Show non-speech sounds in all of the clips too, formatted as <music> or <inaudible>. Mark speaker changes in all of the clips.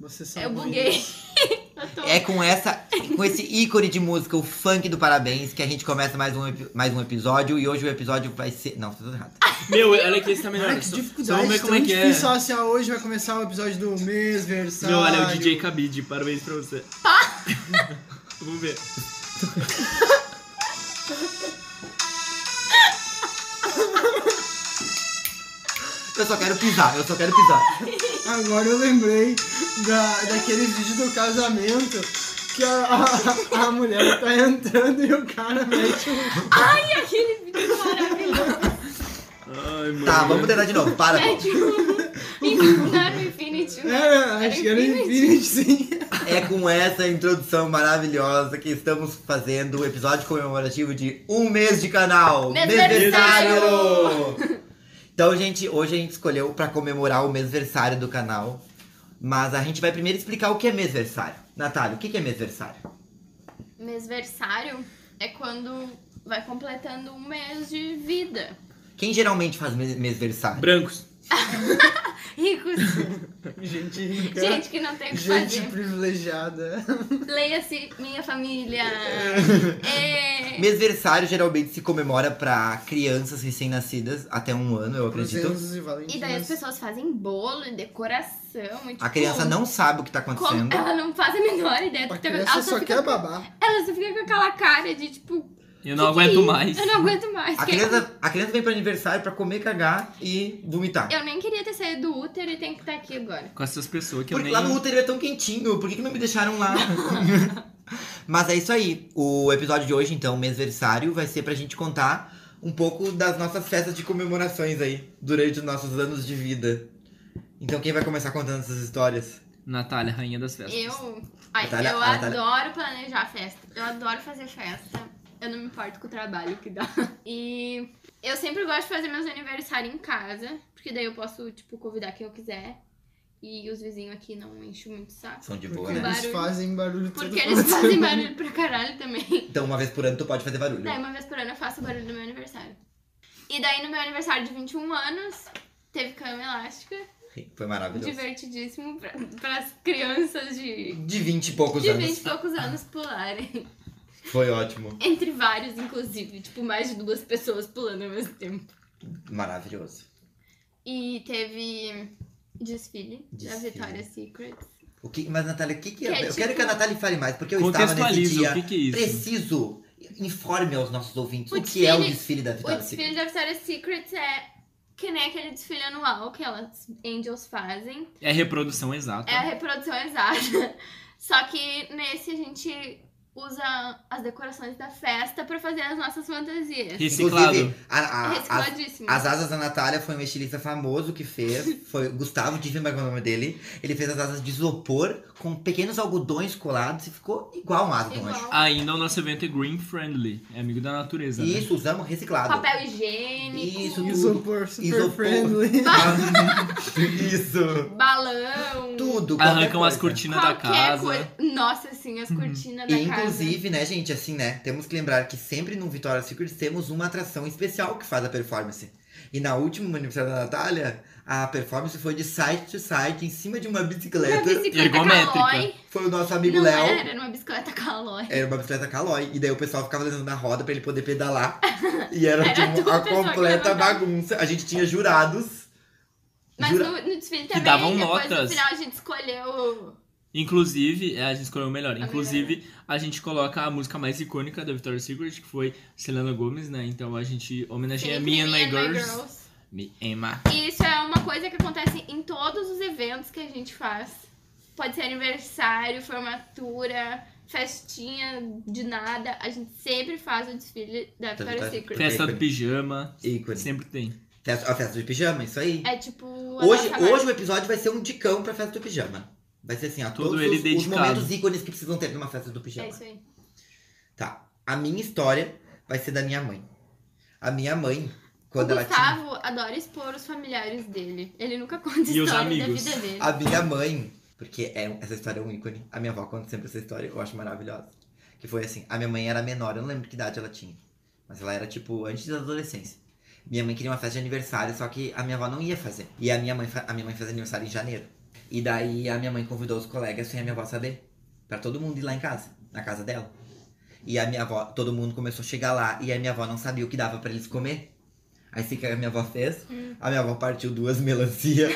Speaker 1: Você sabe.
Speaker 2: Eu buguei. Eu tô-
Speaker 3: É com essa, com esse ícone de música, o funk do parabéns, que a gente começa mais um, epi- mais um episódio. E hoje o episódio vai ser. Não, tá tudo errado.
Speaker 4: Meu, olha aqui, esse tá melhor.
Speaker 1: Cara, que
Speaker 4: Só-
Speaker 1: dificuldade.
Speaker 4: Só vamos ver como é
Speaker 1: tão
Speaker 4: que é.
Speaker 1: difícil. Ah, assim, ah, hoje vai começar o episódio do mês, versário.
Speaker 4: Meu, olha, é o DJ Cabide. Parabéns pra você.
Speaker 2: Tá.
Speaker 4: <laughs> Vamos ver.
Speaker 3: Eu só quero pisar, eu só quero pisar.
Speaker 1: Agora eu lembrei da, daquele vídeo do casamento que a, a, a mulher tá entrando e o cara mete um.
Speaker 2: Ai, aquele vídeo maravilhoso.
Speaker 4: Ai, mano.
Speaker 3: Tá, vamos tentar de novo. Para,
Speaker 2: É
Speaker 3: pô.
Speaker 2: tipo. Não era o Infinity.
Speaker 1: É, acho que era Infinity, sim.
Speaker 3: É com essa introdução maravilhosa que estamos fazendo o episódio comemorativo de um mês de canal.
Speaker 2: Mêsversário!
Speaker 3: Mêsversário! Então, gente, hoje a gente escolheu pra comemorar o mêsversário do canal. Mas a gente vai primeiro explicar o que é mêsversário. Natália, o que que é mêsversário?
Speaker 2: Mesversário é quando vai completando um mês de vida.
Speaker 3: Quem geralmente faz mes- mêsversário?
Speaker 4: Brancos.
Speaker 2: Ricos.
Speaker 1: Gente rica.
Speaker 2: Gente que não tem o que
Speaker 1: gente
Speaker 2: fazer.
Speaker 1: privilegiada.
Speaker 2: Leia-se Minha Família. É...
Speaker 3: Mêsversário geralmente se comemora pra crianças recém-nascidas até um ano, eu acredito.
Speaker 1: Cruzeiros e Valentinas.
Speaker 2: E daí as pessoas fazem bolo e decoração. E, tipo,
Speaker 3: A criança não sabe o que tá
Speaker 2: Como?
Speaker 3: acontecendo.
Speaker 2: Ela não faz a menor ideia do
Speaker 1: A
Speaker 2: que tá
Speaker 1: criança
Speaker 2: acontecendo.
Speaker 1: só
Speaker 2: Ela
Speaker 1: quer
Speaker 2: fica,
Speaker 1: babar.
Speaker 2: ela só fica com aquela cara de tipo.
Speaker 4: Eu não
Speaker 2: "Que que é
Speaker 4: aguento
Speaker 2: isso?
Speaker 4: mais.
Speaker 2: Eu não aguento mais.
Speaker 3: A
Speaker 2: Que-
Speaker 3: criança, a criança vem pro aniversário pra comer, cagar e vomitar.
Speaker 2: Eu nem queria ter saído do útero e tem que estar aqui agora.
Speaker 4: Com essas pessoas que
Speaker 3: Porque
Speaker 4: eu nem...
Speaker 3: lá no útero é tão quentinho, por que, que não me
Speaker 2: <laughs>
Speaker 3: deixaram lá? Mas é isso aí. O episódio de hoje, então, mêsversário, vai ser pra gente contar um pouco das nossas festas de comemorações aí, durante os nossos anos de vida. Então quem vai começar contando essas histórias?
Speaker 4: Natália, rainha das festas.
Speaker 2: Eu. Ai,
Speaker 3: Natália-
Speaker 2: eu
Speaker 3: a Natália-
Speaker 2: adoro planejar festa. Eu adoro fazer festa. Eu não me importo com o trabalho que dá. <laughs> E eu sempre gosto de fazer meus aniversários em casa. Porque daí eu posso, tipo, convidar quem eu quiser. E os vizinhos aqui não enchem muito o saco.
Speaker 3: São de boa,
Speaker 1: Porque
Speaker 3: né?
Speaker 1: eles
Speaker 2: Barulho.
Speaker 1: fazem barulho todo
Speaker 2: Porque
Speaker 1: <laughs>
Speaker 2: eles
Speaker 1: mundo.
Speaker 2: fazem barulho pra caralho também.
Speaker 3: Então uma vez por ano tu pode fazer barulho.
Speaker 2: Daí uma vez por ano eu faço o barulho do meu aniversário. E daí no meu aniversário de 21 anos, teve cama elástica.
Speaker 3: Foi maravilhoso.
Speaker 2: Divertidíssimo pra, pras crianças de,
Speaker 3: De 20 e poucos
Speaker 2: de
Speaker 3: anos.
Speaker 2: 20 e poucos anos pularem.
Speaker 3: Foi ótimo.
Speaker 2: Entre vários, inclusive. Tipo, mais de duas pessoas pulando ao mesmo tempo.
Speaker 3: Maravilhoso.
Speaker 2: E teve desfile, da
Speaker 3: Desfile.
Speaker 2: Vitória Secrets.
Speaker 3: O que, mas, Natália, o que, que é?
Speaker 2: Que é
Speaker 3: Eu quero
Speaker 2: tipo-
Speaker 3: que a Natália fale mais, porque eu estava nesse
Speaker 4: Contextualiza,
Speaker 3: dia.
Speaker 4: o que que é isso?
Speaker 3: Preciso. Informe aos nossos ouvintes
Speaker 2: O
Speaker 3: o, que é o
Speaker 2: desfile-
Speaker 3: desfile da
Speaker 2: O
Speaker 3: Vitória
Speaker 2: desfile
Speaker 3: Secret.
Speaker 2: da Vitória Secrets é que nem aquele desfile anual que elas Angels fazem.
Speaker 4: É a reprodução exata.
Speaker 2: É a reprodução exata. <laughs> Só que nesse a gente usa as decorações da festa pra fazer as nossas fantasias. É
Speaker 4: Reciclado.
Speaker 3: Inclusive, a- a- as,
Speaker 2: Recicladíssimo.
Speaker 3: as asas da Natália foi um estilista famoso que fez. Foi o Gustavo Diffenbach é o nome dele. Ele fez as asas de isopor com pequenos algodões colados e ficou igual um asa de um anjo.
Speaker 2: Igual.
Speaker 4: Ainda o nosso evento é green friendly. É amigo da natureza, né?
Speaker 3: Isso, usamos reciclado. <laughs>
Speaker 2: Papel higiênico.
Speaker 3: Isso,
Speaker 1: Isopor super
Speaker 3: Isopor.
Speaker 1: friendly.
Speaker 3: Isso.
Speaker 2: Balão.
Speaker 3: Tudo. qualquer
Speaker 4: Arrancam as
Speaker 3: coisa.
Speaker 4: cortinas da
Speaker 2: Qualquer
Speaker 4: casa. Uhum.
Speaker 2: coisa. Nossa, assim, as cortinas
Speaker 3: E
Speaker 2: da casa.
Speaker 3: inclusive, né, gente, assim, né, temos que lembrar que sempre no Vitória Secret temos uma atração especial que faz a performance. E na última aniversário da Natália, a performance foi de site to site, em cima de uma
Speaker 2: Uma
Speaker 3: bicicleta.
Speaker 2: bicicleta
Speaker 4: é, Ergométrica.
Speaker 2: calói.
Speaker 3: Foi o nosso amigo
Speaker 2: não
Speaker 3: Léo.
Speaker 2: era, era uma bicicleta calói.
Speaker 4: É,
Speaker 3: Era uma bicicleta calói. E daí o pessoal ficava dando na roda pra ele
Speaker 2: <laughs>
Speaker 3: poder pedalar. E era,
Speaker 2: Era
Speaker 3: tipo,
Speaker 2: tudo
Speaker 3: uma
Speaker 2: pessoal que
Speaker 3: completa
Speaker 2: levantava.
Speaker 3: bagunça. A gente tinha jurados.
Speaker 2: Mas
Speaker 3: Jura-
Speaker 2: no, no desfile
Speaker 4: Que
Speaker 2: também,
Speaker 4: davam
Speaker 2: depois no
Speaker 4: notas.
Speaker 2: final a gente escolheu...
Speaker 4: Inclusive, é, a gente escolheu o melhor.
Speaker 2: melhor.
Speaker 4: Inclusive, a gente coloca a música mais icônica da Victoria's Secret, que foi Selena Gomez, né? Então a gente homenageia
Speaker 2: sempre
Speaker 4: Me and My
Speaker 2: and My
Speaker 4: Girls. Me and my
Speaker 2: E isso é uma coisa que acontece em todos os eventos que a gente faz. Pode ser aniversário, formatura, festinha de nada. A gente sempre faz o desfile da
Speaker 3: Tá,
Speaker 2: Victoria's
Speaker 3: tá.
Speaker 2: Secret.
Speaker 4: Festa do pijama.
Speaker 3: Ícone.
Speaker 4: Sempre tem.
Speaker 3: Festa- A festa de pijama, isso aí.
Speaker 2: É tipo. a
Speaker 3: assim. Hoje,
Speaker 2: nossa
Speaker 3: hoje o episódio vai ser um dicão pra festa do pijama. Vai ser assim, ó,
Speaker 4: Todo
Speaker 3: todos
Speaker 4: ele
Speaker 3: os, os
Speaker 4: dedicado.
Speaker 3: momentos ícones que precisam ter numa festa do
Speaker 2: marca. É
Speaker 3: pijama.
Speaker 2: isso aí.
Speaker 3: tá. A minha história vai ser da minha mãe. A minha mãe, quando
Speaker 2: o
Speaker 3: ela tinha.
Speaker 2: Gustavo adora expor os familiares dele. Ele nunca conta
Speaker 4: E os
Speaker 2: história
Speaker 4: amigos.
Speaker 2: da vida dele.
Speaker 3: A minha mãe, porque é, um- essa história é um ícone. A minha avó conta sempre essa história, eu acho maravilhosa. Que foi assim, a minha mãe era menor, eu não lembro que idade ela tinha. Mas ela era tipo antes da adolescência. Minha mãe queria uma festa de aniversário, só que a minha avó não ia fazer. E a minha mãe, fa- a minha mãe faz aniversário em janeiro. E daí a minha mãe convidou os colegas sem a minha avó saber. Pra todo mundo ir lá em casa, na casa dela. E a minha avó, todo mundo começou a chegar lá e a minha avó não sabia o que dava pra eles comer. Aí sei que a minha avó fez,
Speaker 2: Hum.
Speaker 3: a minha avó partiu duas
Speaker 2: <laughs>
Speaker 3: melancia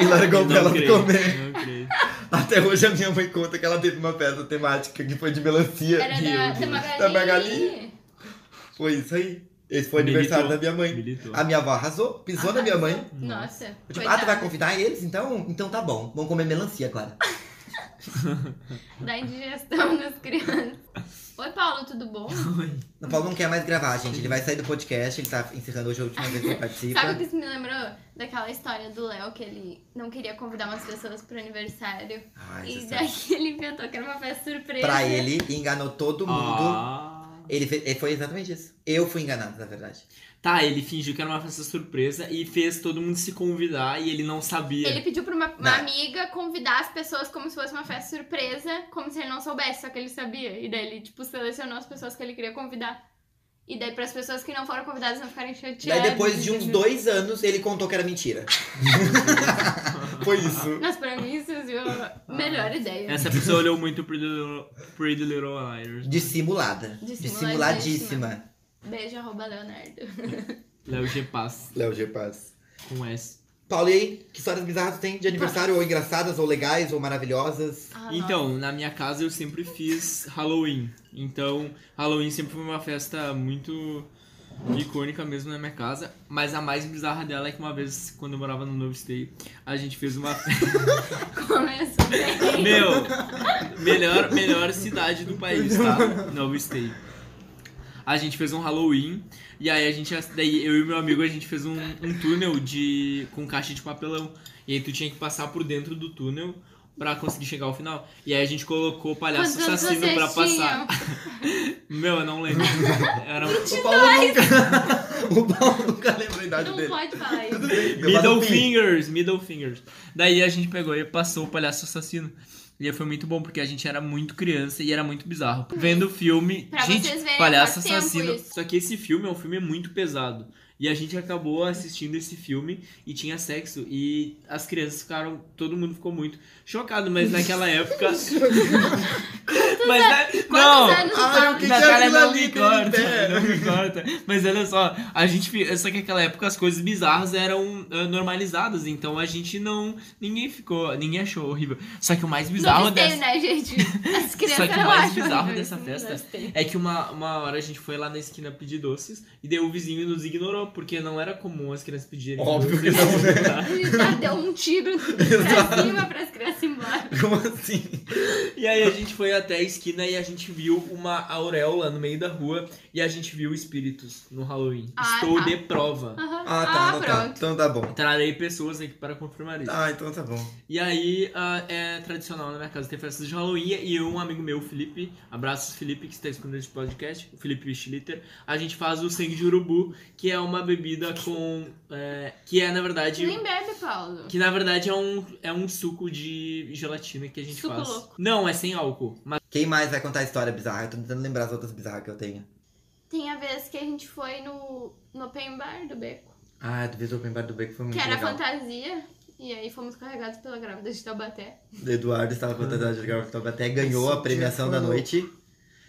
Speaker 3: e largou pra
Speaker 4: não
Speaker 3: elas
Speaker 4: creio,
Speaker 3: comer.
Speaker 4: não creio.
Speaker 3: Até hoje a minha mãe conta que ela teve uma festa temática que foi de melancia.
Speaker 2: Era da, da Magali.
Speaker 3: Da Magali. Foi isso aí. Esse foi o aniversário da
Speaker 4: Militou.
Speaker 3: minha mãe.
Speaker 4: Militou.
Speaker 3: A minha avó arrasou, pisou na minha mãe.
Speaker 2: Ah, Nossa.
Speaker 3: Eu, tipo, ah, tu vai
Speaker 2: coitada.
Speaker 3: convidar eles? Então, então tá bom. Vamos comer melancia agora.
Speaker 2: Da indigestão <laughs> das crianças. Oi, Paulo, tudo bom?
Speaker 3: O Paulo não quer mais gravar, gente. Ele vai sair do podcast. Ele tá encerrando hoje a última vez que ele
Speaker 2: <laughs>
Speaker 3: participa.
Speaker 2: Sabe o que isso me lembrou? Daquela história do Léo que ele não queria convidar umas pessoas pro aniversário.
Speaker 3: Ai,
Speaker 2: e
Speaker 3: Jesus.
Speaker 2: daí <laughs> ele inventou que era uma festa surpresa.
Speaker 3: é pra ele, enganou todo mundo.
Speaker 4: Ah.
Speaker 3: Ele, fe- ele foi exatamente isso. Eu fui enganado, na verdade.
Speaker 4: Tá, ele fingiu que era uma festa surpresa e fez todo mundo se convidar e ele não sabia.
Speaker 2: Ele pediu pra uma, uma
Speaker 3: Não.
Speaker 2: amiga convidar as pessoas como se fosse uma festa surpresa, como se ele não soubesse, só que ele sabia. E daí ele, tipo, selecionou as pessoas que ele queria convidar. E daí, pras pessoas que não foram convidadas não ficarem
Speaker 3: Daí
Speaker 2: chateadas.
Speaker 3: depois de uns
Speaker 2: entendeu?
Speaker 3: dois anos, ele contou que era mentira. foi isso.
Speaker 2: Nossa, pra mim isso viu
Speaker 3: Ah.
Speaker 2: a melhor ideia.
Speaker 4: Essa pessoa olhou muito Pretty Little, Pretty Little Liars.
Speaker 3: Dissimulada.
Speaker 2: Dissimuladíssima.
Speaker 3: Dissimuladíssima.
Speaker 2: Beijo, arroba Leonardo.
Speaker 4: Léo G. Paz,
Speaker 3: Léo G. Paz.
Speaker 4: com S.
Speaker 3: Paulo, e aí? Que histórias bizarras tem de aniversário, ou engraçadas, ou legais, ou maravilhosas?
Speaker 2: <laughs> Ah,
Speaker 4: Então, na minha casa eu sempre fiz Halloween. Então, Halloween sempre foi uma festa muito icônica mesmo na minha casa. Mas a mais bizarra dela é que uma vez, quando eu morava no Novo State, a gente fez uma
Speaker 2: nossa, Começou bem.
Speaker 4: Meu, melhor, melhor cidade do país, tá? Novo State. A gente fez um Halloween e aí a gente, daí eu e meu amigo, a gente fez um, um túnel de com caixa de papelão. E aí tu tinha que passar por dentro do túnel pra conseguir chegar ao final. E aí a gente colocou o palhaço
Speaker 2: Quantos anos
Speaker 4: assassino
Speaker 2: vocês
Speaker 4: pra passar.
Speaker 2: tinham?
Speaker 4: Meu, eu não lembro. Era um
Speaker 3: O Paulo nunca. <laughs> o Paulo nunca lembra a idade
Speaker 2: Não
Speaker 3: dele.
Speaker 2: pode falar isso.
Speaker 3: Tudo bem.
Speaker 4: Middle fingers, middle fingers. Daí a gente pegou e passou o palhaço assassino. E foi muito bom, porque a gente era muito criança e era muito bizarro. Vendo o filme,
Speaker 2: Pra
Speaker 4: gente,
Speaker 2: vocês verem,
Speaker 4: palhaço
Speaker 2: faz tempo
Speaker 4: assassino.
Speaker 2: isso.
Speaker 4: Só que esse filme é um filme muito pesado. E a gente acabou assistindo esse filme e tinha sexo. E as crianças ficaram. Todo mundo ficou muito chocado, mas
Speaker 2: <laughs>
Speaker 4: naquela época. mas na- não!
Speaker 2: Quantos anos?
Speaker 3: Ai, o que que é
Speaker 4: Natália
Speaker 3: aquilo
Speaker 4: não
Speaker 3: ali?
Speaker 4: me
Speaker 3: que ele
Speaker 4: corta,
Speaker 3: tem?
Speaker 4: <laughs> não me corta. Mas olha só, a gente. fi- Só que naquela época as coisas bizarras eram ah, normalizadas, então a gente não. Ninguém ficou. Ninguém achou horrível. Só que o mais bizarro
Speaker 2: não gostei,
Speaker 4: dessa.
Speaker 2: né, gente? As crianças né?
Speaker 4: Só que o
Speaker 2: eu
Speaker 4: mais
Speaker 2: acho
Speaker 4: bizarro
Speaker 2: horrível
Speaker 4: dessa
Speaker 2: isso,
Speaker 4: festa
Speaker 2: não gostei.
Speaker 4: É que uma, uma hora a gente foi lá na esquina pedir doces e daí o vizinho nos ignorou, porque não era comum as crianças pedirem
Speaker 3: Óbvio que
Speaker 4: doces.
Speaker 3: não. né?
Speaker 2: Ele já deu um tiro pra cima pras crianças ir embora.
Speaker 3: Como assim?
Speaker 4: <laughs> E aí a gente foi até a esquina e a gente viu uma auréola no meio da rua e a gente viu espíritos no Halloween.
Speaker 2: Ah,
Speaker 4: Estou
Speaker 2: tá.
Speaker 4: de prova.
Speaker 2: Aham.
Speaker 3: Ah, tá. não tá.
Speaker 2: pronto.
Speaker 3: Então tá bom.
Speaker 4: Trarei pessoas aqui para confirmar isso.
Speaker 3: Ah, então tá bom.
Speaker 4: E aí ah, é tradicional na minha casa ter festas de Halloween e eu, um amigo meu, o Felipe, abraços Felipe que está escutando esse podcast, o Felipe Schlitter, a gente faz o sangue de urubu, que é uma bebida com. é, que é na verdade.
Speaker 2: Nem bebe, Paulo.
Speaker 4: Que na verdade é um, é um suco de gelatina que a gente
Speaker 2: Suco
Speaker 4: faz.
Speaker 2: louco.
Speaker 4: Não, é sem álcool. Mas
Speaker 3: Quem mais vai contar a história bizarra? Eu tô tentando lembrar as outras bizarras que eu tenho.
Speaker 2: Tem a vez que a gente foi no, no open bar do Beco,
Speaker 3: Ah, do Vitor Open Bar do Beco foi muito
Speaker 2: que era
Speaker 3: legal.
Speaker 2: fantasia. E aí fomos carregados pela grávida de Taubaté.
Speaker 3: Eduardo estava fantasiado de jogar Tava até ganhou
Speaker 1: Esse
Speaker 3: a premiação
Speaker 1: dia
Speaker 3: da
Speaker 2: tipo,
Speaker 1: foi
Speaker 3: noite.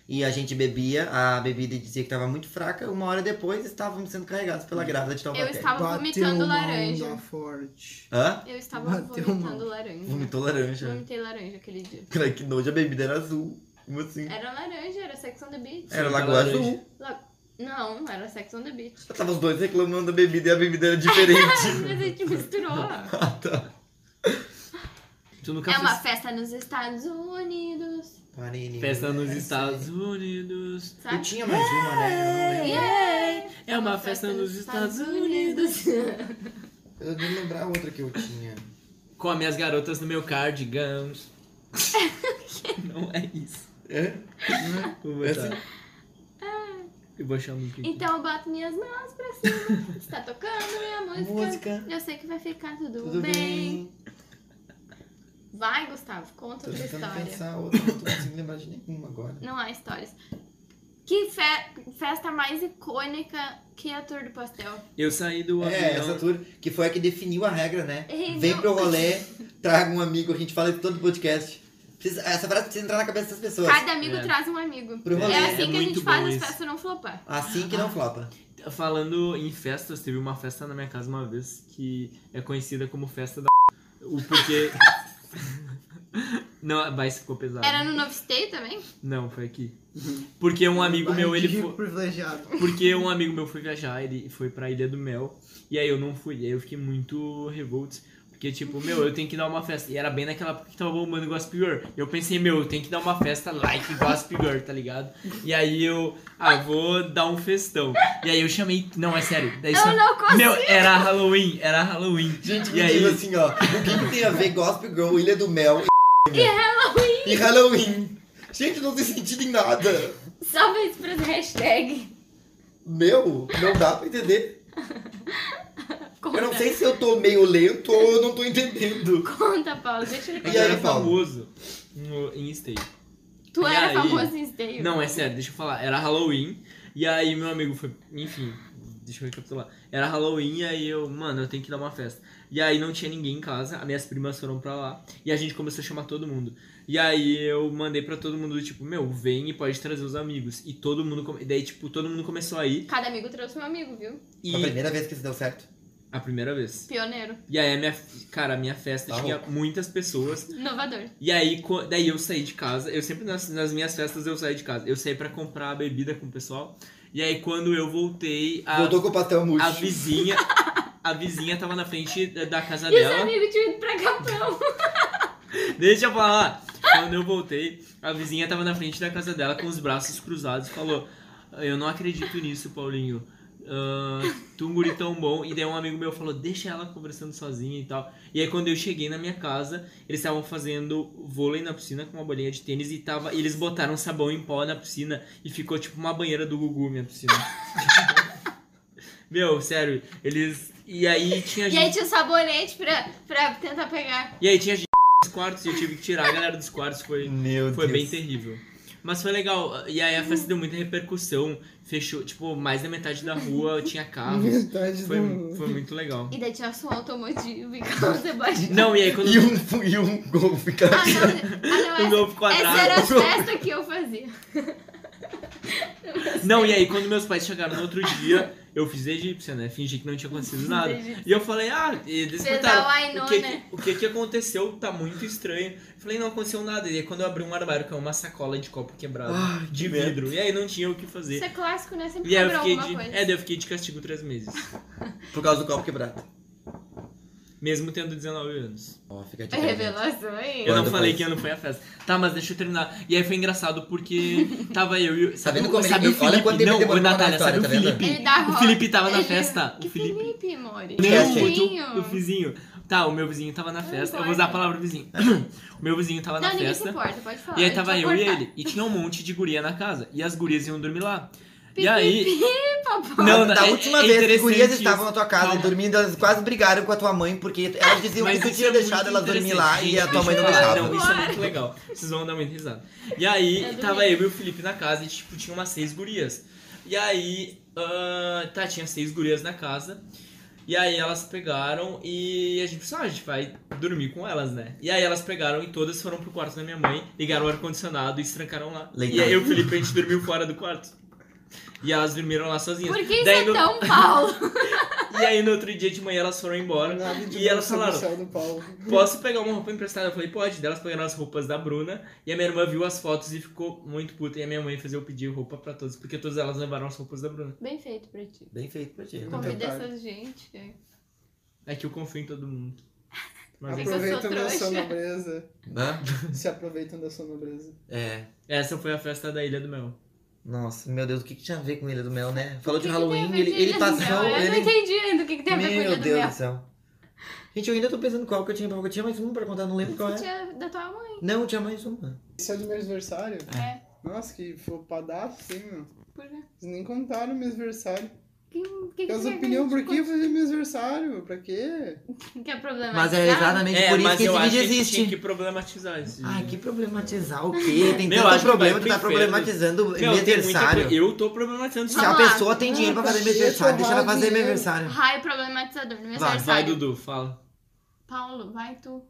Speaker 3: E a gente bebia, a bebida dizia que estava muito fraca. Uma hora depois estávamos sendo carregados pela grávida de Taubaté.
Speaker 2: Eu estava
Speaker 1: Bateu
Speaker 2: vomitando
Speaker 1: uma
Speaker 2: laranja.
Speaker 1: onda forte.
Speaker 3: Hã?
Speaker 2: Eu estava
Speaker 1: Bateu uma-
Speaker 2: vomitando laranja.
Speaker 3: Vomitou laranja.
Speaker 2: Vomitei laranja aquele dia.
Speaker 3: Cara, que nojo, a bebida era azul. Como assim?
Speaker 2: Era laranja, era Sex on the Beach.
Speaker 3: Era
Speaker 4: Sim,
Speaker 3: Lagoa
Speaker 4: laranja.
Speaker 3: Azul.
Speaker 2: La- Não, era Sex on the Beach.
Speaker 3: Eu tava os dois reclamando da bebida e a bebida
Speaker 2: <laughs>
Speaker 3: era diferente.
Speaker 2: Mas a gente misturou.
Speaker 3: ah, tá.
Speaker 4: tu nunca
Speaker 2: É
Speaker 4: fez
Speaker 2: uma festa nos Estados Unidos.
Speaker 3: Parini.
Speaker 4: festa nos Estados Unidos.
Speaker 3: É, Eu
Speaker 2: Sabe?
Speaker 3: tinha mais uma, né? Eu não lembro.
Speaker 2: Yay!
Speaker 4: É uma festa nos Estados Unidos.
Speaker 3: Eu devo lembrar a outra que eu tinha.
Speaker 4: Come as garotas no meu cardigans. <laughs> Não é isso.
Speaker 3: É?
Speaker 4: Vou botar.
Speaker 3: Essa-
Speaker 4: Eu vou achar um link aqui.
Speaker 2: <laughs> Então eu boto minhas mãos pra cima. Está tocando minha música.
Speaker 3: Música.
Speaker 2: Eu sei que vai ficar tudo,
Speaker 3: Tudo
Speaker 2: bem.
Speaker 3: bem.
Speaker 2: Vai, Gustavo, conta
Speaker 3: Tô
Speaker 2: outra
Speaker 3: tentando
Speaker 2: história.
Speaker 3: assim, pensar outra, não tô conseguindo lembrar de nenhuma agora.
Speaker 2: Não há histórias. Que fe- festa mais icônica que a Tour do Pastel?
Speaker 4: Eu saí do
Speaker 3: É,
Speaker 4: avião.
Speaker 3: essa tour, que foi a que definiu a regra, né?
Speaker 2: Ei,
Speaker 3: Vem
Speaker 2: não.
Speaker 3: pro rolê, traga um amigo, a gente fala isso em todo podcast. Precisa- essa frase precisa entrar na cabeça das pessoas.
Speaker 2: Cada amigo
Speaker 4: É.
Speaker 2: traz um amigo.
Speaker 3: Pro rolê,
Speaker 2: É assim
Speaker 4: é
Speaker 2: que a gente
Speaker 4: muito
Speaker 2: faz
Speaker 4: bom
Speaker 2: as
Speaker 4: isso.
Speaker 2: festas não flopar.
Speaker 3: Assim que não flopa.
Speaker 4: Falando em festas, teve uma festa na minha casa uma vez que é conhecida como festa da. <laughs> O porquê. <laughs> Não, mas ficou pesado.
Speaker 2: Era no Novo Stay também?
Speaker 4: Não, foi aqui.
Speaker 3: Uhum.
Speaker 4: Porque um amigo meu, ele
Speaker 1: Rico
Speaker 4: foi.
Speaker 1: privilegiado.
Speaker 4: Porque um amigo meu foi viajar, ele foi pra Ilha do Mel, e aí eu não fui, e aí eu fiquei muito revolto. Porque, tipo, meu, eu tenho que dar uma festa. E era bem naquela época que tava bombando Gossip Girl. E eu pensei, meu, eu tenho que dar uma festa like Gossip Girl, tá ligado? E aí eu, ah, vou dar um festão. E aí eu chamei, não, é sério. Daí
Speaker 2: Eu
Speaker 4: só-
Speaker 2: não consigo.
Speaker 4: Meu, era Halloween, era Halloween.
Speaker 3: Gente,
Speaker 4: e
Speaker 3: me diz
Speaker 4: aí,
Speaker 3: assim, ó. O que, que tem a ver Gospel Girl, Ilha do Mel e.
Speaker 2: é
Speaker 3: E Halloween! E Halloween! Gente, não tem sentido em nada.
Speaker 2: Salve isso pras hashtag.
Speaker 3: Meu, não dá pra entender. Eu não
Speaker 2: Conta,
Speaker 3: sei se eu tô meio lento ou eu não tô entendendo.
Speaker 2: conta, Paulo. Deixa ele
Speaker 3: E
Speaker 4: eu
Speaker 3: aí,
Speaker 4: é era
Speaker 3: Paulo?
Speaker 4: famoso no, em Stay.
Speaker 2: Tu
Speaker 4: E
Speaker 2: era
Speaker 4: aí?
Speaker 2: famoso em Stay.
Speaker 4: Não, é sério, deixa eu falar. Era Halloween, e aí meu amigo foi. Enfim, deixa eu recapitular. Era Halloween, e aí eu, mano, eu tenho que dar uma festa. E aí não tinha ninguém em casa, as minhas primas foram pra lá, e a gente começou a chamar todo mundo. E aí eu mandei pra todo mundo, tipo, meu, vem e pode trazer os amigos. E todo mundo. come- e Daí, tipo, todo mundo começou a ir.
Speaker 2: Cada amigo trouxe um amigo, viu?
Speaker 4: E.
Speaker 3: Foi a primeira vez que isso deu certo.
Speaker 4: A primeira vez.
Speaker 2: Pioneiro.
Speaker 4: E aí a minha. Cara, a minha festa
Speaker 3: Tá
Speaker 4: tinha muitas pessoas.
Speaker 2: Inovador.
Speaker 4: E aí, co- daí eu saí de casa. Eu sempre nas, nas minhas festas eu saí de casa. Eu saí pra comprar bebida com o pessoal. E aí quando eu voltei, a,
Speaker 3: Voltou com o pastel murcho.
Speaker 4: a
Speaker 3: <laughs>
Speaker 4: vizinha, a vizinha tava na frente da da casa
Speaker 2: E os
Speaker 4: dela.
Speaker 2: amigos tinham ido pra Capão.
Speaker 4: <laughs> Deixa eu falar. Quando eu voltei, a vizinha tava na frente da casa dela com os braços cruzados e falou: "Ah, Eu não acredito nisso, Paulinho. Ah, tu um guri tão bom. E daí um amigo meu falou: Deixa ela conversando sozinha e tal. E aí quando eu cheguei na minha casa, eles estavam fazendo vôlei na piscina com uma bolinha de tênis e tava, e eles botaram sabão em pó na piscina e ficou tipo uma banheira do Gugu minha piscina. meu, sério, eles. E aí tinha
Speaker 2: E aí tinha um sabonete pra, pra tentar pegar.
Speaker 4: e aí tinha gente dos quartos e eu tive que tirar a galera dos quartos, foi,
Speaker 3: Meu
Speaker 4: foi
Speaker 3: Deus.
Speaker 4: bem terrível. Mas foi legal, e aí a festa deu muita repercussão, fechou, tipo, mais da metade da rua tinha
Speaker 3: Ah,
Speaker 4: carros,
Speaker 1: Metade
Speaker 4: foi,
Speaker 3: um-
Speaker 1: do-
Speaker 4: foi muito legal.
Speaker 2: E daí tinha som automotivo e carro Sebastião.
Speaker 4: Não, e aí quando
Speaker 3: E um, e um gol fica.
Speaker 4: <laughs>
Speaker 2: Ah, não. Ah,
Speaker 4: o
Speaker 2: não.
Speaker 4: Golfo
Speaker 2: Essa, essa era
Speaker 4: Quadrado...
Speaker 2: a festa que eu fazia.
Speaker 4: Não, e aí quando meus pais chegaram no outro dia, eu fiz egípcia, né, fingi que não tinha acontecido nada.
Speaker 2: egípcia.
Speaker 4: E eu falei, ah, e eles
Speaker 2: Você
Speaker 4: perguntaram,
Speaker 2: dá o I know,
Speaker 4: o, que,
Speaker 2: né?
Speaker 4: que- o que que aconteceu, tá muito estranho. Eu falei, não aconteceu nada, e aí quando eu abri um armário, que é uma sacola de copo quebrado,
Speaker 3: Ah,
Speaker 4: de
Speaker 3: que merda.
Speaker 4: vidro, e aí não tinha o que fazer.
Speaker 2: Isso é clássico, né? Sempre
Speaker 4: E aí eu
Speaker 2: quebra
Speaker 4: fiquei
Speaker 2: alguma
Speaker 4: de.
Speaker 2: coisa.
Speaker 4: É, daí eu fiquei de castigo três meses.
Speaker 3: Por causa do copo quebrado.
Speaker 4: Mesmo tendo 19 anos.
Speaker 3: Ó, fica de
Speaker 2: Revelações.
Speaker 4: Eu não
Speaker 3: Quando
Speaker 4: falei
Speaker 3: foi?
Speaker 4: que ano foi a festa. Tá, mas deixa eu terminar. E aí foi engraçado <laughs> porque tava eu e o.
Speaker 3: Tá
Speaker 4: Sabe,
Speaker 3: vendo
Speaker 4: o-
Speaker 3: como ele-
Speaker 4: sabe o
Speaker 3: olha
Speaker 4: Felipe?
Speaker 3: quanto tempo
Speaker 4: não,
Speaker 3: ele demorou
Speaker 4: o
Speaker 3: pra
Speaker 4: Natália,
Speaker 3: contar a
Speaker 4: sabe o
Speaker 3: história, tá vendo?
Speaker 4: Felipe?
Speaker 2: Ele dá
Speaker 4: O Felipe tava na
Speaker 2: Ele-
Speaker 4: festa.
Speaker 2: Que
Speaker 4: O Felipe.
Speaker 2: Felipe, Mori?
Speaker 4: Não,
Speaker 3: Esquece.
Speaker 4: o, o vizinho. Tá, o meu vizinho tava na festa. Eu vou usar a palavra vizinho. <clears throat> O meu vizinho tava
Speaker 2: Não,
Speaker 4: na
Speaker 2: ninguém se
Speaker 4: festa.
Speaker 2: importa, pode falar.
Speaker 4: E aí
Speaker 2: gente
Speaker 4: tava
Speaker 2: vai
Speaker 4: eu e
Speaker 2: cortar.
Speaker 4: ele. E tinha um monte de guria na casa. E as gurias iam dormir lá.
Speaker 2: Pi,
Speaker 4: E aí.
Speaker 2: pi, pi, papai.
Speaker 4: Não,
Speaker 3: da
Speaker 4: não, é-
Speaker 3: última
Speaker 4: é
Speaker 3: vez que
Speaker 4: interessante
Speaker 3: gurias
Speaker 4: isso.
Speaker 3: estavam na tua casa
Speaker 4: Calma.
Speaker 3: dormindo, elas quase brigaram com a tua mãe, porque elas diziam
Speaker 4: Mas
Speaker 3: que tu
Speaker 4: isso
Speaker 3: tinha
Speaker 4: é muito
Speaker 3: deixado elas dormir
Speaker 4: interessante,
Speaker 3: lá e a
Speaker 4: gente,
Speaker 3: tua mãe não
Speaker 4: deixa eu falar.
Speaker 3: deixava.
Speaker 4: Não, isso é muito legal. Vocês vão dar muita risada. E aí,
Speaker 2: Eu
Speaker 4: tava
Speaker 2: dormi.
Speaker 4: eu e o Felipe na casa e, tipo, tinha umas seis gurias. E aí, ah, tá, tinha seis gurias na casa. E aí elas pegaram e a gente pensou, ah, a gente vai dormir com elas, né? E aí elas pegaram e todas foram pro quarto da minha mãe, ligaram o ar-condicionado e estrancaram lá.
Speaker 3: Legal.
Speaker 4: E aí eu e o Felipe, a gente dormiu fora do quarto. E elas dormiram lá sozinhas.
Speaker 2: Por que isso
Speaker 4: Daí
Speaker 2: é
Speaker 4: no-
Speaker 2: tão Paulo?
Speaker 4: E aí no outro dia de manhã elas foram
Speaker 3: um
Speaker 4: embora.
Speaker 1: Nave de
Speaker 4: E elas
Speaker 1: Bolsa do
Speaker 4: falaram,
Speaker 1: céu do Paulo.
Speaker 4: Posso pegar uma roupa emprestada? Eu falei, pode. Daí elas pegaram as roupas da Bruna. E a minha irmã viu as fotos e ficou muito puta. E a minha mãe fez eu pedir roupa pra todos. Porque todas elas levaram as roupas da Bruna.
Speaker 2: <laughs> Bem feito pra ti.
Speaker 3: Bem feito pra ti.
Speaker 1: Não tem
Speaker 2: Convida
Speaker 1: cara.
Speaker 2: essa gente. né?
Speaker 4: É que eu confio em todo mundo. Mas é que-
Speaker 2: eu
Speaker 1: Aproveitam
Speaker 2: sou
Speaker 1: da
Speaker 2: trouxa.
Speaker 1: sua nobreza.
Speaker 3: Né?
Speaker 1: Se aproveitam da sua nobreza.
Speaker 3: É.
Speaker 4: essa foi a festa da Ilha do Mel.
Speaker 3: Nossa, meu Deus, o que, que tinha a ver com Ilha do Mel, né? Falou
Speaker 2: O
Speaker 3: de
Speaker 2: que que tem a
Speaker 3: Halloween,
Speaker 2: ver
Speaker 3: ele,
Speaker 2: com
Speaker 3: ele
Speaker 2: Ilha do Mel?
Speaker 3: passou.
Speaker 2: Eu não
Speaker 3: Ele...
Speaker 2: entendi ainda o que, que tem a ver com Ilha
Speaker 3: Meu
Speaker 2: do
Speaker 3: Deus
Speaker 2: Mel.
Speaker 3: do céu. Gente, eu ainda tô pensando qual que eu tinha pra eu tinha mais uma pra contar, não lembro qual
Speaker 2: Você
Speaker 3: é.
Speaker 2: tinha da tua mãe.
Speaker 3: Não, tinha mais uma.
Speaker 1: Isso é do meu aniversário?
Speaker 2: É.
Speaker 1: Nossa, que flopadaço, hein, meu?
Speaker 2: Por quê?
Speaker 1: Vocês nem contaram o meu aniversário.
Speaker 2: Que, que que
Speaker 1: As
Speaker 2: tem a ver
Speaker 1: opiniões,
Speaker 2: com
Speaker 1: pra que
Speaker 2: isso?
Speaker 1: fazer meu aniversário? Pra quê?
Speaker 2: Que é problema.
Speaker 3: Mas é exatamente
Speaker 4: É,
Speaker 3: por isso
Speaker 4: mas
Speaker 3: que
Speaker 4: eu
Speaker 3: esse
Speaker 4: acho
Speaker 3: vídeo
Speaker 4: que a gente tinha
Speaker 3: existe.
Speaker 4: que problematizar esse
Speaker 3: Ah,
Speaker 4: vídeo.
Speaker 3: que problematizar o quê? Tem
Speaker 4: Meu, acho
Speaker 3: tanto
Speaker 4: que
Speaker 3: problema, tu
Speaker 4: vai pro
Speaker 3: tá
Speaker 4: inferno.
Speaker 3: problematizando o meu
Speaker 4: Meu, tem muita
Speaker 3: aniversário.
Speaker 4: coisa- Eu tô problematizando
Speaker 3: Se
Speaker 4: isso.
Speaker 3: a
Speaker 2: Vamos lá.
Speaker 3: pessoa tem dinheiro pra fazer meu
Speaker 1: Deixa
Speaker 3: aniversário, deixa ela
Speaker 1: rolar
Speaker 3: fazer meu
Speaker 1: dinheiro.
Speaker 3: aniversário.
Speaker 2: Raio problematizador do meu
Speaker 3: Vai,
Speaker 4: Vai,
Speaker 2: aniversário.
Speaker 4: Dudu, fala.
Speaker 2: Paulo, vai tu.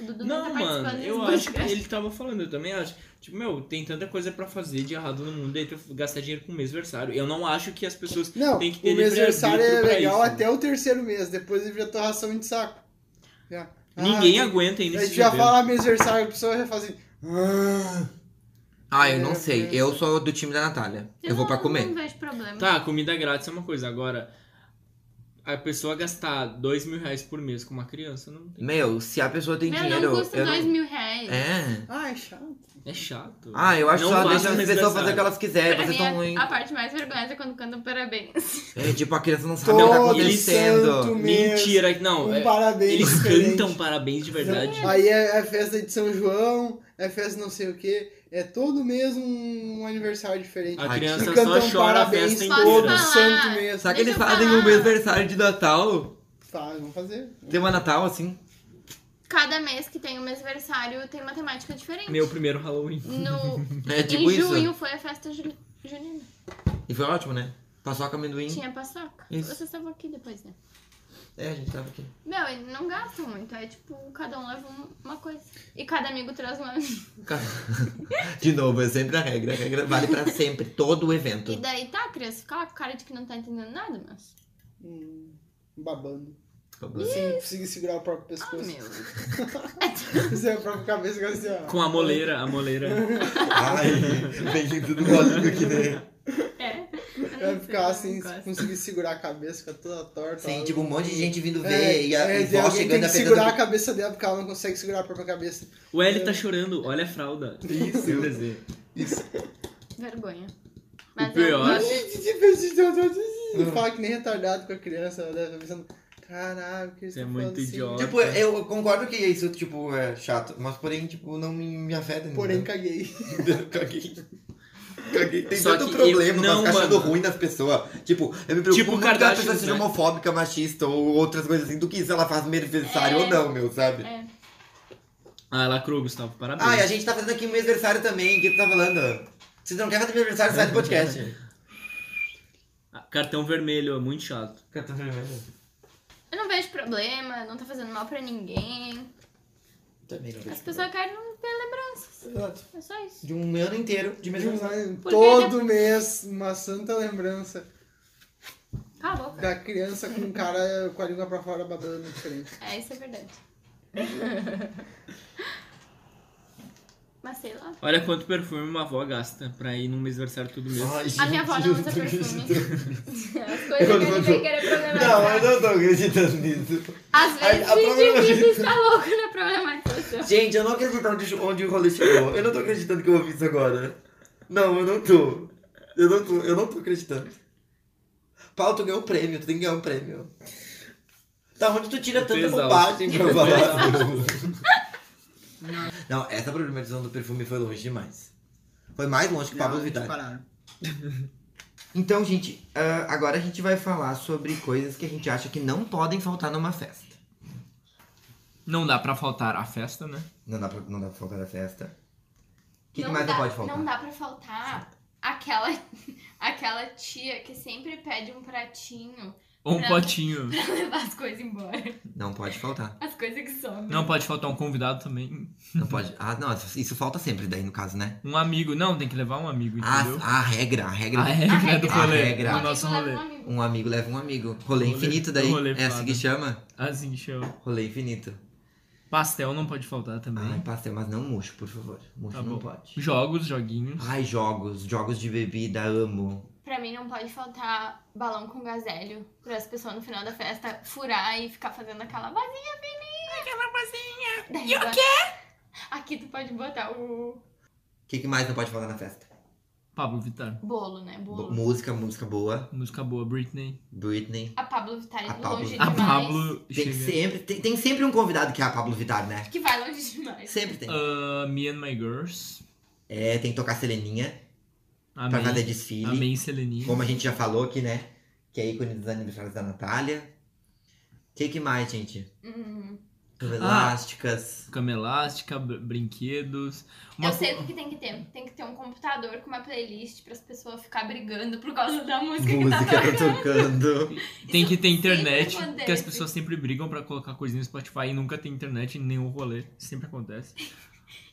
Speaker 2: O Dudu não,
Speaker 4: Não,
Speaker 2: tá participando
Speaker 4: mano,
Speaker 2: desse
Speaker 4: eu acho que
Speaker 2: podcast.
Speaker 4: ele tava falando, eu também acho. Tipo, meu, tem tanta coisa pra fazer de errado no mundo, aí tu gastar dinheiro com o mêsversário. Eu não acho que as pessoas
Speaker 1: Não,
Speaker 4: têm que ter
Speaker 1: o aniversário é
Speaker 4: livre-arbítrio pra
Speaker 1: legal
Speaker 4: isso. né?
Speaker 1: até o terceiro mês, depois ele já tá ração de saco. Já. Ah,
Speaker 4: Ninguém aguenta ainda
Speaker 1: A
Speaker 4: esse
Speaker 1: gente já
Speaker 4: governo.
Speaker 1: fala meu aniversário, a pessoa já faz assim. "Ah".
Speaker 3: Ah, eu não sei. Eu sou do time da Natália. Eu vou pra
Speaker 2: não-
Speaker 3: comer.
Speaker 2: Não vejo problema.
Speaker 4: Tá, comida grátis é uma coisa. Agora, a pessoa gastar dois mil reais por mês com uma criança não tem.
Speaker 3: Meu, se a pessoa tem
Speaker 2: meu,
Speaker 3: dinheiro.
Speaker 2: não custa
Speaker 3: eu não-
Speaker 2: dois mil reais.
Speaker 3: É.
Speaker 1: Ah, é chato.
Speaker 4: É chato.
Speaker 3: Ah, eu acho
Speaker 4: Não
Speaker 3: que só
Speaker 4: faça
Speaker 3: deixa as pessoas
Speaker 4: aniversário.
Speaker 3: fazer o que elas quiserem.
Speaker 2: Pra
Speaker 3: Vocês
Speaker 2: mim,
Speaker 3: são
Speaker 2: a-
Speaker 3: ruim.
Speaker 2: a parte mais vergonhosa é quando cantam parabéns.
Speaker 3: É, tipo, a criança não sabe o que tá
Speaker 1: Todo
Speaker 3: acontecendo.
Speaker 1: santo
Speaker 4: Mentira, não.
Speaker 1: Um
Speaker 4: é-
Speaker 1: parabéns.
Speaker 4: eles
Speaker 1: diferente.
Speaker 4: cantam parabéns de verdade.
Speaker 1: Aí é, é festa de São João, é festa não sei o que. É todo mês um, um aniversário diferente.
Speaker 4: A
Speaker 3: Ai,
Speaker 4: criança
Speaker 1: E
Speaker 4: só
Speaker 1: cantam
Speaker 4: chora a
Speaker 1: parabéns
Speaker 4: festa
Speaker 2: Posso
Speaker 1: todo
Speaker 4: inteira.
Speaker 2: falar?
Speaker 1: santo mês.
Speaker 3: Será
Speaker 2: Deixa
Speaker 3: que eles
Speaker 2: eu
Speaker 3: fazem
Speaker 2: falar.
Speaker 3: o aniversário de Natal?
Speaker 1: Tá, vamos fazer.
Speaker 3: Tema Natal, assim?
Speaker 2: Cada mês que tem o meu aniversário tem uma temática diferente.
Speaker 4: Meu primeiro Halloween.
Speaker 2: No...
Speaker 3: <laughs> É tipo
Speaker 2: em
Speaker 3: isso.
Speaker 2: junho foi a festa juni- junina.
Speaker 3: E foi ótimo, né? Paçoca, amendoim.
Speaker 2: Tinha paçoca.
Speaker 3: Isso.
Speaker 2: Vocês estavam aqui depois, né?
Speaker 3: É, a gente tava aqui.
Speaker 2: Meu, ele não gasta muito. É tipo, cada um leva um- uma coisa. E cada amigo traz um amigo.
Speaker 3: <laughs> De novo, é sempre a regra. A regra vale pra sempre, todo o evento.
Speaker 2: E daí tá, a criança fica lá com cara de que não tá entendendo nada, mas.
Speaker 1: Hum, babando.
Speaker 3: Acabou.
Speaker 1: Sem conseguir segurar o próprio
Speaker 2: Ah,
Speaker 1: pescoço.
Speaker 2: meu.
Speaker 1: <laughs> Isso é a própria cabeça que é assim, ó.
Speaker 4: Com a moleira, a moleira.
Speaker 3: Ai, vem tudo bolinho aqui, né?
Speaker 2: É. Eu não
Speaker 1: Vai
Speaker 2: sei,
Speaker 1: ficar
Speaker 2: eu
Speaker 1: assim,
Speaker 2: não gosto.
Speaker 1: conseguir segurar a cabeça, fica toda torta.
Speaker 3: Sim,
Speaker 1: ó.
Speaker 3: tipo um monte de gente vindo ver
Speaker 1: É,
Speaker 3: e a
Speaker 1: é,
Speaker 3: e
Speaker 1: daí
Speaker 3: vó
Speaker 1: alguém tem
Speaker 3: chegando
Speaker 1: que
Speaker 3: a
Speaker 1: segurar a cabeça dela porque ela não consegue segurar a própria cabeça.
Speaker 4: O L tá chorando, olha a fralda. Isso, eu desejo.
Speaker 2: Vergonha.
Speaker 4: O
Speaker 2: Mas eu
Speaker 4: pior-
Speaker 2: gosto.
Speaker 1: Fala que nem retardado com a criança, ela deve estar pensando, caralho, que
Speaker 4: Você é
Speaker 1: tá
Speaker 4: muito
Speaker 1: falando assim?"
Speaker 4: idiota.
Speaker 3: Tipo, eu concordo que isso, tipo, é chato. Mas porém, tipo, não me, me afeta.
Speaker 1: Porém, caguei.
Speaker 3: entendeu? <laughs> caguei. Caguei. Tem
Speaker 4: Só
Speaker 3: tanto
Speaker 4: que
Speaker 3: problema
Speaker 4: eu-
Speaker 3: com as
Speaker 4: não,
Speaker 3: caixas
Speaker 4: mano.
Speaker 3: ruim das pessoas. Tipo, eu me preocupo
Speaker 4: Tipo
Speaker 3: muito que a pessoa
Speaker 4: Kardashians,
Speaker 3: seja
Speaker 4: né?
Speaker 3: homofóbica, machista ou outras coisas assim, do que se ela faz meu aniversário
Speaker 2: É.
Speaker 3: ou não, meu, sabe?
Speaker 2: É.
Speaker 4: Ah, lacrou, Gustavo, parabéns.
Speaker 3: Ah, e a gente tá fazendo aqui meu aniversário também, o que tu tá falando? Se tu não quer fazer meu aniversário, sai do podcast.
Speaker 4: Ah, Cartão vermelho, é muito chato.
Speaker 2: Eu não vejo problema, não tá fazendo mal pra ninguém.
Speaker 3: Também não
Speaker 2: As
Speaker 3: vejo.
Speaker 2: pessoas querem não ter lembranças.
Speaker 1: Exato.
Speaker 2: É só isso.
Speaker 3: De um ano inteiro de meu
Speaker 2: é
Speaker 3: aniversário.
Speaker 1: Todo mês, uma santa lembrança
Speaker 2: Cala a boca.
Speaker 1: da criança com o cara com a língua pra fora babando diferente.
Speaker 2: É, isso é verdade. <laughs> Mas sei lá.
Speaker 4: Olha quanto perfume uma avó gasta pra ir num aniversário todo mês.
Speaker 2: A minha avó não usa perfume. <laughs> As coisas que
Speaker 3: Eu não
Speaker 2: ele
Speaker 3: tô-
Speaker 2: vem querer
Speaker 3: Não, eu
Speaker 2: problematizar.
Speaker 3: não tô acreditando nisso.
Speaker 2: Às vezes
Speaker 3: A- a
Speaker 2: finge
Speaker 3: problema-
Speaker 2: que você está louco é na problematização.
Speaker 3: Gente, eu não acredito onde, onde o rolê chegou. Eu não tô acreditando que eu ouvi isso agora. Não, eu não tô. Eu não tô, eu não tô acreditando. Paulo, tu ganhou um prêmio, tu tem que ganhar um prêmio. Da onde tu tira
Speaker 4: Eu tô
Speaker 3: tanta
Speaker 4: exausto.
Speaker 3: bobagem É pra falar?
Speaker 4: Eu
Speaker 3: <laughs> Não, essa problematização do perfume foi longe demais. Foi mais longe que o Pablo Vittar.
Speaker 1: Pararam.
Speaker 3: Então, gente, ah, agora a gente vai falar sobre coisas que a gente acha que não podem faltar numa festa.
Speaker 4: Não dá pra faltar a festa, né?
Speaker 3: Não dá pra, não dá pra faltar na festa. O que, que
Speaker 2: Não
Speaker 3: mais
Speaker 2: dá-
Speaker 3: não pode faltar?
Speaker 2: Não dá pra faltar aquela, <laughs> aquela tia que sempre pede um pratinho
Speaker 4: Ou um
Speaker 2: Não.
Speaker 4: potinho.
Speaker 2: pra levar as coisas embora.
Speaker 3: Não pode faltar.
Speaker 2: As coisas que sobram. <laughs>
Speaker 4: Não pode faltar um convidado também.
Speaker 3: Não
Speaker 4: <laughs>
Speaker 3: pode. Ah, não, isso falta sempre daí, no caso, né?
Speaker 4: Um amigo. Não, tem que levar um amigo,
Speaker 3: Ah,
Speaker 4: entendeu?
Speaker 3: a regra, a regra.
Speaker 4: A regra do
Speaker 2: regra.
Speaker 3: A
Speaker 4: rolê.
Speaker 3: regra.
Speaker 4: Do nosso
Speaker 2: Amigo leva
Speaker 4: rolê.
Speaker 2: um amigo.
Speaker 3: Um amigo leva um amigo. Rolê,
Speaker 4: Rolê-
Speaker 3: infinito daí.
Speaker 4: rolê
Speaker 3: é assim
Speaker 4: foda.
Speaker 3: que chama?
Speaker 4: Assim, show.
Speaker 3: Rolê infinito.
Speaker 4: Pastel não pode faltar
Speaker 3: Ai,
Speaker 4: também.
Speaker 3: pastel, mas não murcho, por favor. Murcho
Speaker 4: Uhum. Tá
Speaker 3: não
Speaker 4: bom.
Speaker 3: pode.
Speaker 4: Jogos, joguinhos.
Speaker 3: Ai, jogos, jogos de bebida, amo.
Speaker 2: Pra mim não pode faltar balão com gazelho para as pessoas no final da festa furar e ficar fazendo aquela vazinha fininha. Aquela <laughs> vazinha. e o quê? Aqui tu pode botar o
Speaker 3: O que, que mais não pode faltar na festa?
Speaker 4: Pablo Vittar.
Speaker 2: bolo, né? Bolo.
Speaker 3: Bo- música, música boa.
Speaker 4: Música boa, Britney.
Speaker 3: Britney.
Speaker 2: A Pablo Vittar
Speaker 3: A
Speaker 2: indo
Speaker 3: Pablo-
Speaker 2: longe
Speaker 4: A
Speaker 2: demais.
Speaker 4: Pablo
Speaker 3: Tem, que
Speaker 4: chega.
Speaker 3: sempre, tem, tem sempre um convidado que é a Pablo Vittar, né?
Speaker 2: Que vai longe demais.
Speaker 3: Sempre tem.
Speaker 4: Ah, me and My Girls.
Speaker 3: É, tem que tocar Seleninha
Speaker 4: Amém.
Speaker 3: pra fazer desfile.
Speaker 4: Amém, Seleninha.
Speaker 3: Como a gente já falou aqui, né? que é ícone dos aniversários da Natália. O que, que mais, gente?
Speaker 2: Hum,
Speaker 3: Cama Elásticas.
Speaker 4: Cama elástica, br- brinquedos. uma
Speaker 2: eu sei o
Speaker 4: co-
Speaker 2: que que tem que ter. Tem que ter um computador com uma playlist para as pessoas ficar brigando por causa da música, que tá tocando. <laughs>
Speaker 3: tocando.
Speaker 4: Tem que ter
Speaker 2: Isso
Speaker 4: internet,
Speaker 2: sempre
Speaker 4: porque as
Speaker 2: acontece.
Speaker 4: pessoas sempre brigam pra colocar coisinha no Spotify e nunca tem internet em nenhum rolê. Sempre acontece.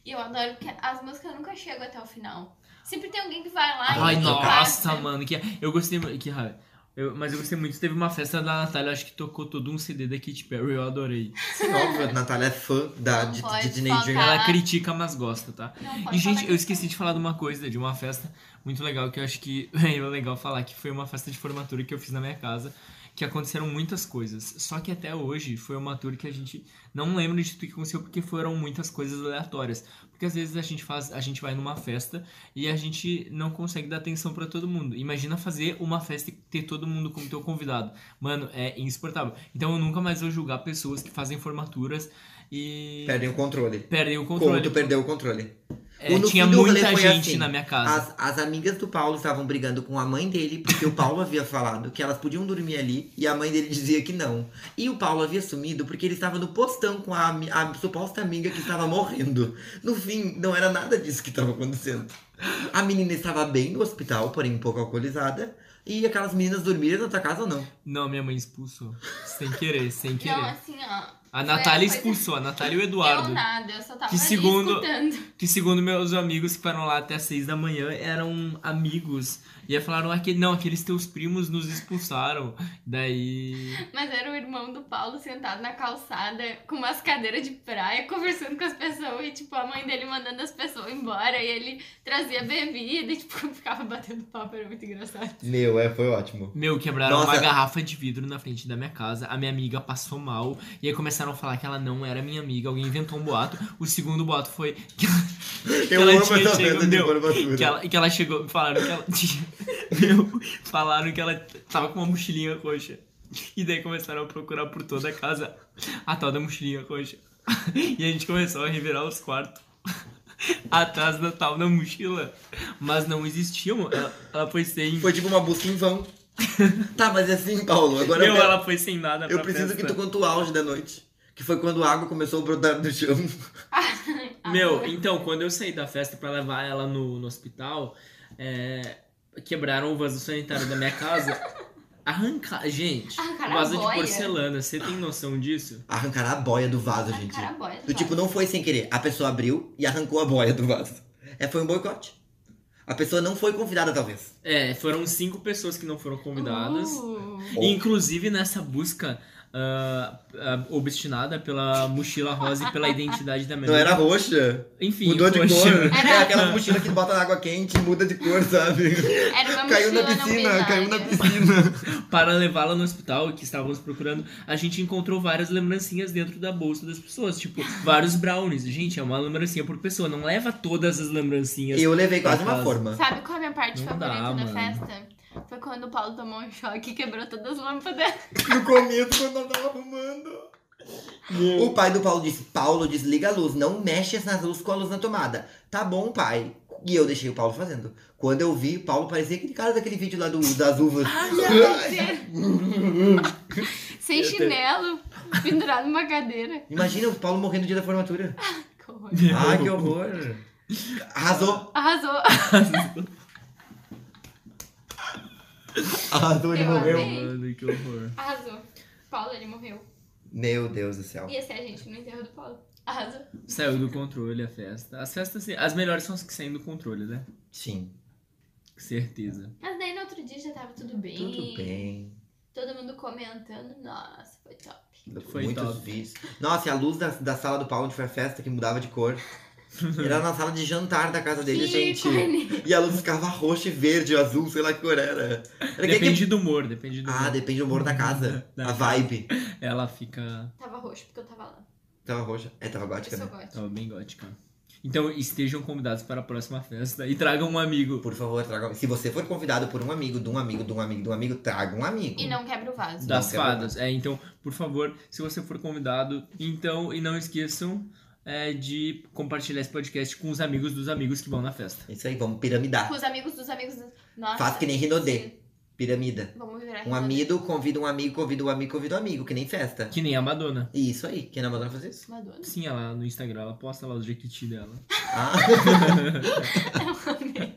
Speaker 2: E eu adoro porque as músicas nunca chegam até o final. Sempre tem alguém que vai lá e
Speaker 4: Ai,
Speaker 2: não
Speaker 4: nossa,
Speaker 2: passa.
Speaker 4: mano. Que, eu gostei mu- que raiva. Eu, mas eu gostei muito. Teve uma festa da Natália, acho que tocou todo um CD da Katy Perry, eu adorei.
Speaker 3: Sim, óbvio, a Natália é fã da,
Speaker 2: Não
Speaker 3: de,
Speaker 2: pode
Speaker 3: de Disney
Speaker 2: faltar.
Speaker 3: Dream.
Speaker 4: Ela critica, mas gosta, tá?
Speaker 2: Não pode
Speaker 4: E, gente,
Speaker 2: falar
Speaker 4: eu
Speaker 2: que-
Speaker 4: esqueci de falar de uma coisa, de uma festa muito legal que eu acho que <laughs> é legal falar, que foi uma festa de formatura que eu fiz na minha casa, que aconteceram muitas coisas. Só que até hoje foi uma tour que a gente não lembra de tudo que aconteceu porque foram muitas coisas aleatórias. Porque às vezes a gente faz, a gente vai numa festa e a gente não consegue dar atenção pra todo mundo. Imagina fazer uma festa e ter todo mundo como teu convidado. Mano, é insuportável. Então eu nunca mais vou julgar pessoas que fazem formaturas e
Speaker 3: Perdem o controle.
Speaker 4: perdem o
Speaker 3: Como
Speaker 4: controle.
Speaker 3: tu perdeu o controle?
Speaker 4: É,
Speaker 3: O no
Speaker 4: tinha
Speaker 3: fim do rolê
Speaker 4: muita
Speaker 3: foi
Speaker 4: gente
Speaker 3: assim.
Speaker 4: na minha casa.
Speaker 3: As, as amigas do Paulo estavam brigando com a mãe dele, porque o Paulo <laughs> havia falado que elas podiam dormir ali e a mãe dele dizia que não. E o Paulo havia sumido porque ele estava no postão com a, ami- a suposta amiga que estava morrendo. No fim, não era nada disso que estava acontecendo. A menina estava bem no hospital, porém um pouco alcoolizada. E aquelas meninas dormiram na tua casa ou não?
Speaker 4: Não, minha mãe expulsou. Sem querer, sem querer.
Speaker 2: Não, assim, ó.
Speaker 4: a
Speaker 2: foi
Speaker 4: Natália
Speaker 2: coisa-
Speaker 4: expulsou, a Natália e o
Speaker 2: Eu
Speaker 4: Eduardo.
Speaker 2: nada, eu só tava
Speaker 4: Que
Speaker 2: ali
Speaker 4: segundo-
Speaker 2: escutando. <laughs>
Speaker 4: Que segundo meus amigos que ficaram lá até as seis da manhã, eram amigos. E aí falaram, aquele, não, aqueles teus primos nos expulsaram. Daí.
Speaker 2: Mas era o irmão do Paulo sentado na calçada com umas cadeiras de praia, conversando com as pessoas e, tipo, a mãe dele mandando as pessoas embora e ele trazia bebida e, tipo, <laughs> ficava batendo papo, era muito engraçado.
Speaker 3: Meu, é, foi ótimo.
Speaker 4: Meu, quebraram uma
Speaker 3: Nossa.
Speaker 4: garrafa de vidro na frente da minha casa. A minha amiga passou mal. E aí começaram a falar que ela não era minha amiga. Alguém inventou um boato. O segundo boato foi que ela, que ela tinha chego- meu,
Speaker 3: formatura.
Speaker 4: Que ela, que ela chegou, falaram que ela tinha. <laughs> Meu, falaram que ela tava com uma mochilinha roxa. E daí começaram a procurar por toda a casa a tal da mochilinha roxa. <laughs> E a gente começou a revirar os quartos <laughs> atrás da tal da mochila. Mas não existiam. Ela, ela foi sem.
Speaker 3: Foi tipo uma busca em vão. tá, mas é assim, Paulo. Agora eu,
Speaker 4: meu,
Speaker 3: quero-
Speaker 4: ela foi sem nada.
Speaker 3: eu
Speaker 4: Tá pra
Speaker 3: preciso que
Speaker 4: festa.
Speaker 3: tu conte o auge da noite. Que foi quando a água começou a brotar no chão.
Speaker 4: <laughs>
Speaker 3: <laughs>
Speaker 4: Meu,
Speaker 2: Ah,
Speaker 4: então, quando eu saí da festa pra levar ela no, no hospital, é, quebraram o vaso sanitário da
Speaker 2: <laughs>
Speaker 4: minha casa. Arrancar. Gente,
Speaker 2: Arrancaram a
Speaker 4: vaso de
Speaker 2: boia.
Speaker 4: porcelana, você tem noção disso?
Speaker 3: Arrancaram a boia do vaso,
Speaker 2: Ah,
Speaker 3: gente.
Speaker 2: cara, boia,
Speaker 3: Do tipo, não foi sem querer. A pessoa abriu e arrancou a boia do vaso. É, foi um boicote. A pessoa não foi convidada, talvez.
Speaker 4: É, foram cinco pessoas que não foram convidadas.
Speaker 2: Uh.
Speaker 3: Ou-
Speaker 4: Inclusive nessa busca ah, ah, obstinada pela mochila rosa e pela identidade da minha
Speaker 3: Não era roxa.
Speaker 4: Enfim,
Speaker 3: Mudou de
Speaker 4: poxa.
Speaker 3: cor.
Speaker 2: Era-
Speaker 3: É aquela mochila que bota na água quente e muda de cor, sabe?
Speaker 2: Era uma
Speaker 3: <laughs> Caiu na
Speaker 2: mochila não
Speaker 3: piscina, caiu na
Speaker 2: binária.
Speaker 4: <laughs>
Speaker 3: piscina.
Speaker 4: para levá-la no hospital que estávamos procurando, a gente encontrou várias lembrancinhas dentro da bolsa das pessoas, tipo, vários brownies. Gente, é uma lembrancinha por pessoa, não leva todas as lembrancinhas. <laughs>
Speaker 3: Eu levei quase uma
Speaker 4: Tá Quase.
Speaker 2: <laughs>
Speaker 3: forma.
Speaker 2: Sabe qual é a minha parte
Speaker 4: Não
Speaker 2: favorita
Speaker 4: dá,
Speaker 2: da
Speaker 4: mano.
Speaker 2: festa? Foi quando o Paulo tomou um choque e quebrou todas as lâmpadas.
Speaker 3: No começo, quando ela tava arrumando. O pai do Paulo disse: Paulo, desliga a luz, não mexe nas luzes com a luz na tomada. Tá bom, pai. E eu deixei o Paulo fazendo. Quando eu vi, Paulo parecia aquele cara daquele vídeo lá do, das uvas.
Speaker 2: Ah, Sem chinelo, pendurado numa cadeira.
Speaker 3: Imagina o Paulo morrendo no dia da formatura.
Speaker 2: <laughs> Que horror.
Speaker 3: Ai, que horror. Arrasou.
Speaker 2: Arrasou.
Speaker 3: Arrasou, ele
Speaker 2: Eu
Speaker 3: morreu.
Speaker 2: amei.
Speaker 4: Mano, que horror.
Speaker 2: Arrasou. Paulo, ele morreu.
Speaker 3: Meu Deus do céu.
Speaker 2: E esse é a gente no enterro do Paulo. Arrasou.
Speaker 4: Saiu do controle a festa. As festas, assim, as melhores são as que saem do controle, né?
Speaker 3: Sim.
Speaker 4: Certeza.
Speaker 2: Mas daí no outro dia já tava tudo bem.
Speaker 3: Tudo bem.
Speaker 2: Todo mundo comentando. Nossa, foi top.
Speaker 4: Foi
Speaker 3: Muitos
Speaker 4: top.
Speaker 3: vídeos. Nossa, e a luz da, da sala do Paulo onde foi a festa que mudava de cor. Era na sala de jantar da casa dele,
Speaker 2: Que
Speaker 3: gente.
Speaker 2: ícone.
Speaker 3: E a luz ficava roxa e verde, azul, sei lá que cor era. Era é que-
Speaker 4: Depende do humor, depende do humor.
Speaker 3: Ah, depende do humor da casa.
Speaker 4: <laughs> Da
Speaker 3: a
Speaker 4: casa.
Speaker 3: vibe.
Speaker 4: Ela fica.
Speaker 2: Tava roxo porque eu tava lá.
Speaker 3: Tava roxa. É, tava
Speaker 2: Eu
Speaker 3: gótica,
Speaker 2: sou
Speaker 3: né?
Speaker 2: gótica.
Speaker 4: Tava bem gótica. Então estejam convidados para a próxima festa e tragam um amigo.
Speaker 3: Por favor, traga. um- Se você for convidado por um amigo, de um amigo, de um amigo, de um amigo, traga um amigo.
Speaker 2: E não quebra o vaso.
Speaker 3: Da-
Speaker 4: das
Speaker 3: quero
Speaker 4: fadas. É, então, por favor, se você for convidado, então, e não esqueçam é, de compartilhar esse podcast com os amigos dos amigos que vão na festa.
Speaker 3: Isso aí, vamos piramidar.
Speaker 2: Com os amigos dos amigos. dos- Nossa.
Speaker 3: Faz que nem Rinodê.
Speaker 2: Sim.
Speaker 3: Piramida.
Speaker 2: Vamos virar
Speaker 3: Um amigo convida um amigo, convida um amigo, convida um amigo, que nem festa.
Speaker 4: Que nem a Madonna.
Speaker 3: E isso aí, quem namorou fazer
Speaker 2: <laughs>
Speaker 3: isso?
Speaker 2: Madonna.
Speaker 4: Sim, ela no Instagram, ela posta lá os jequiti dela.
Speaker 3: Ah,
Speaker 2: Eu amei.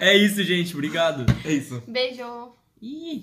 Speaker 4: <laughs> É isso, gente. Obrigado.
Speaker 3: é isso.
Speaker 2: Beijo.
Speaker 4: Ih.